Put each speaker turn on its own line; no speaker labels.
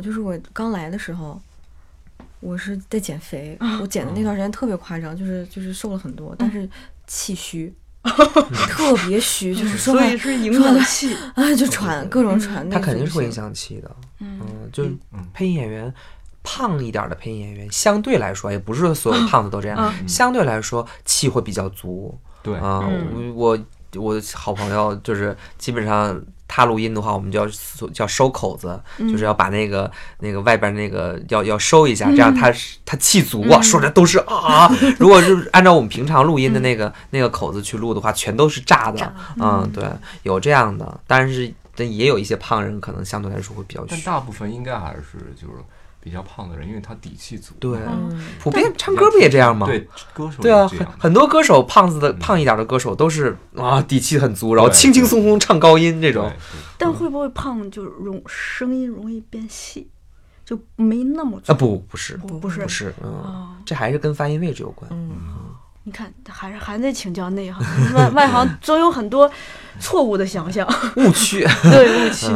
就是我刚来的时候，我是在减肥，我减
哦
的那段时间特别夸张，就是就是瘦了很多，但是气虚，特别虚，就是说
嗯所
话
以是影响气。
啊就喘，各种喘。
他
那
嗯肯定
种
是会影
型。
响气的。
嗯，
嗯，就
嗯
配音演员。胖一点的配音演员，相对来说，也不是说
嗯
所有胖子都这样，
啊
相对来说气会比较足
对，
啊、
嗯
我我我好朋友就是基本上他录音的话，我们就要叫收口子，
嗯
就是要把那个那个外边那个要要收一下，这
嗯
样他是他气足啊，说的都是啊。 啊如果就是按照我们平常录音的那个那个口子去录的话，全都是炸的
炸。
嗯，对，有这样的，但是但也有一些胖人可能相对来说会比较
但
虚。
大部分应该还是就是比较胖的人，因为他底气足。
对，
嗯
普遍唱歌不也这样吗？。
对，歌手
对啊，
也
很
这样
很多歌手，胖子的
嗯
胖一点的歌手都是啊，底气很足，然后
对
轻轻松松唱高音这
对
种
对。
但会不会胖就容声音容易变细，就没那么
啊，
粗？
不，不是，
呃不不是
不是，嗯，
啊，
这还是跟发音位置有关。
嗯，
你看还是还在请教 内行，外外行总有很多错误的想象，
误区。嗯
对误区。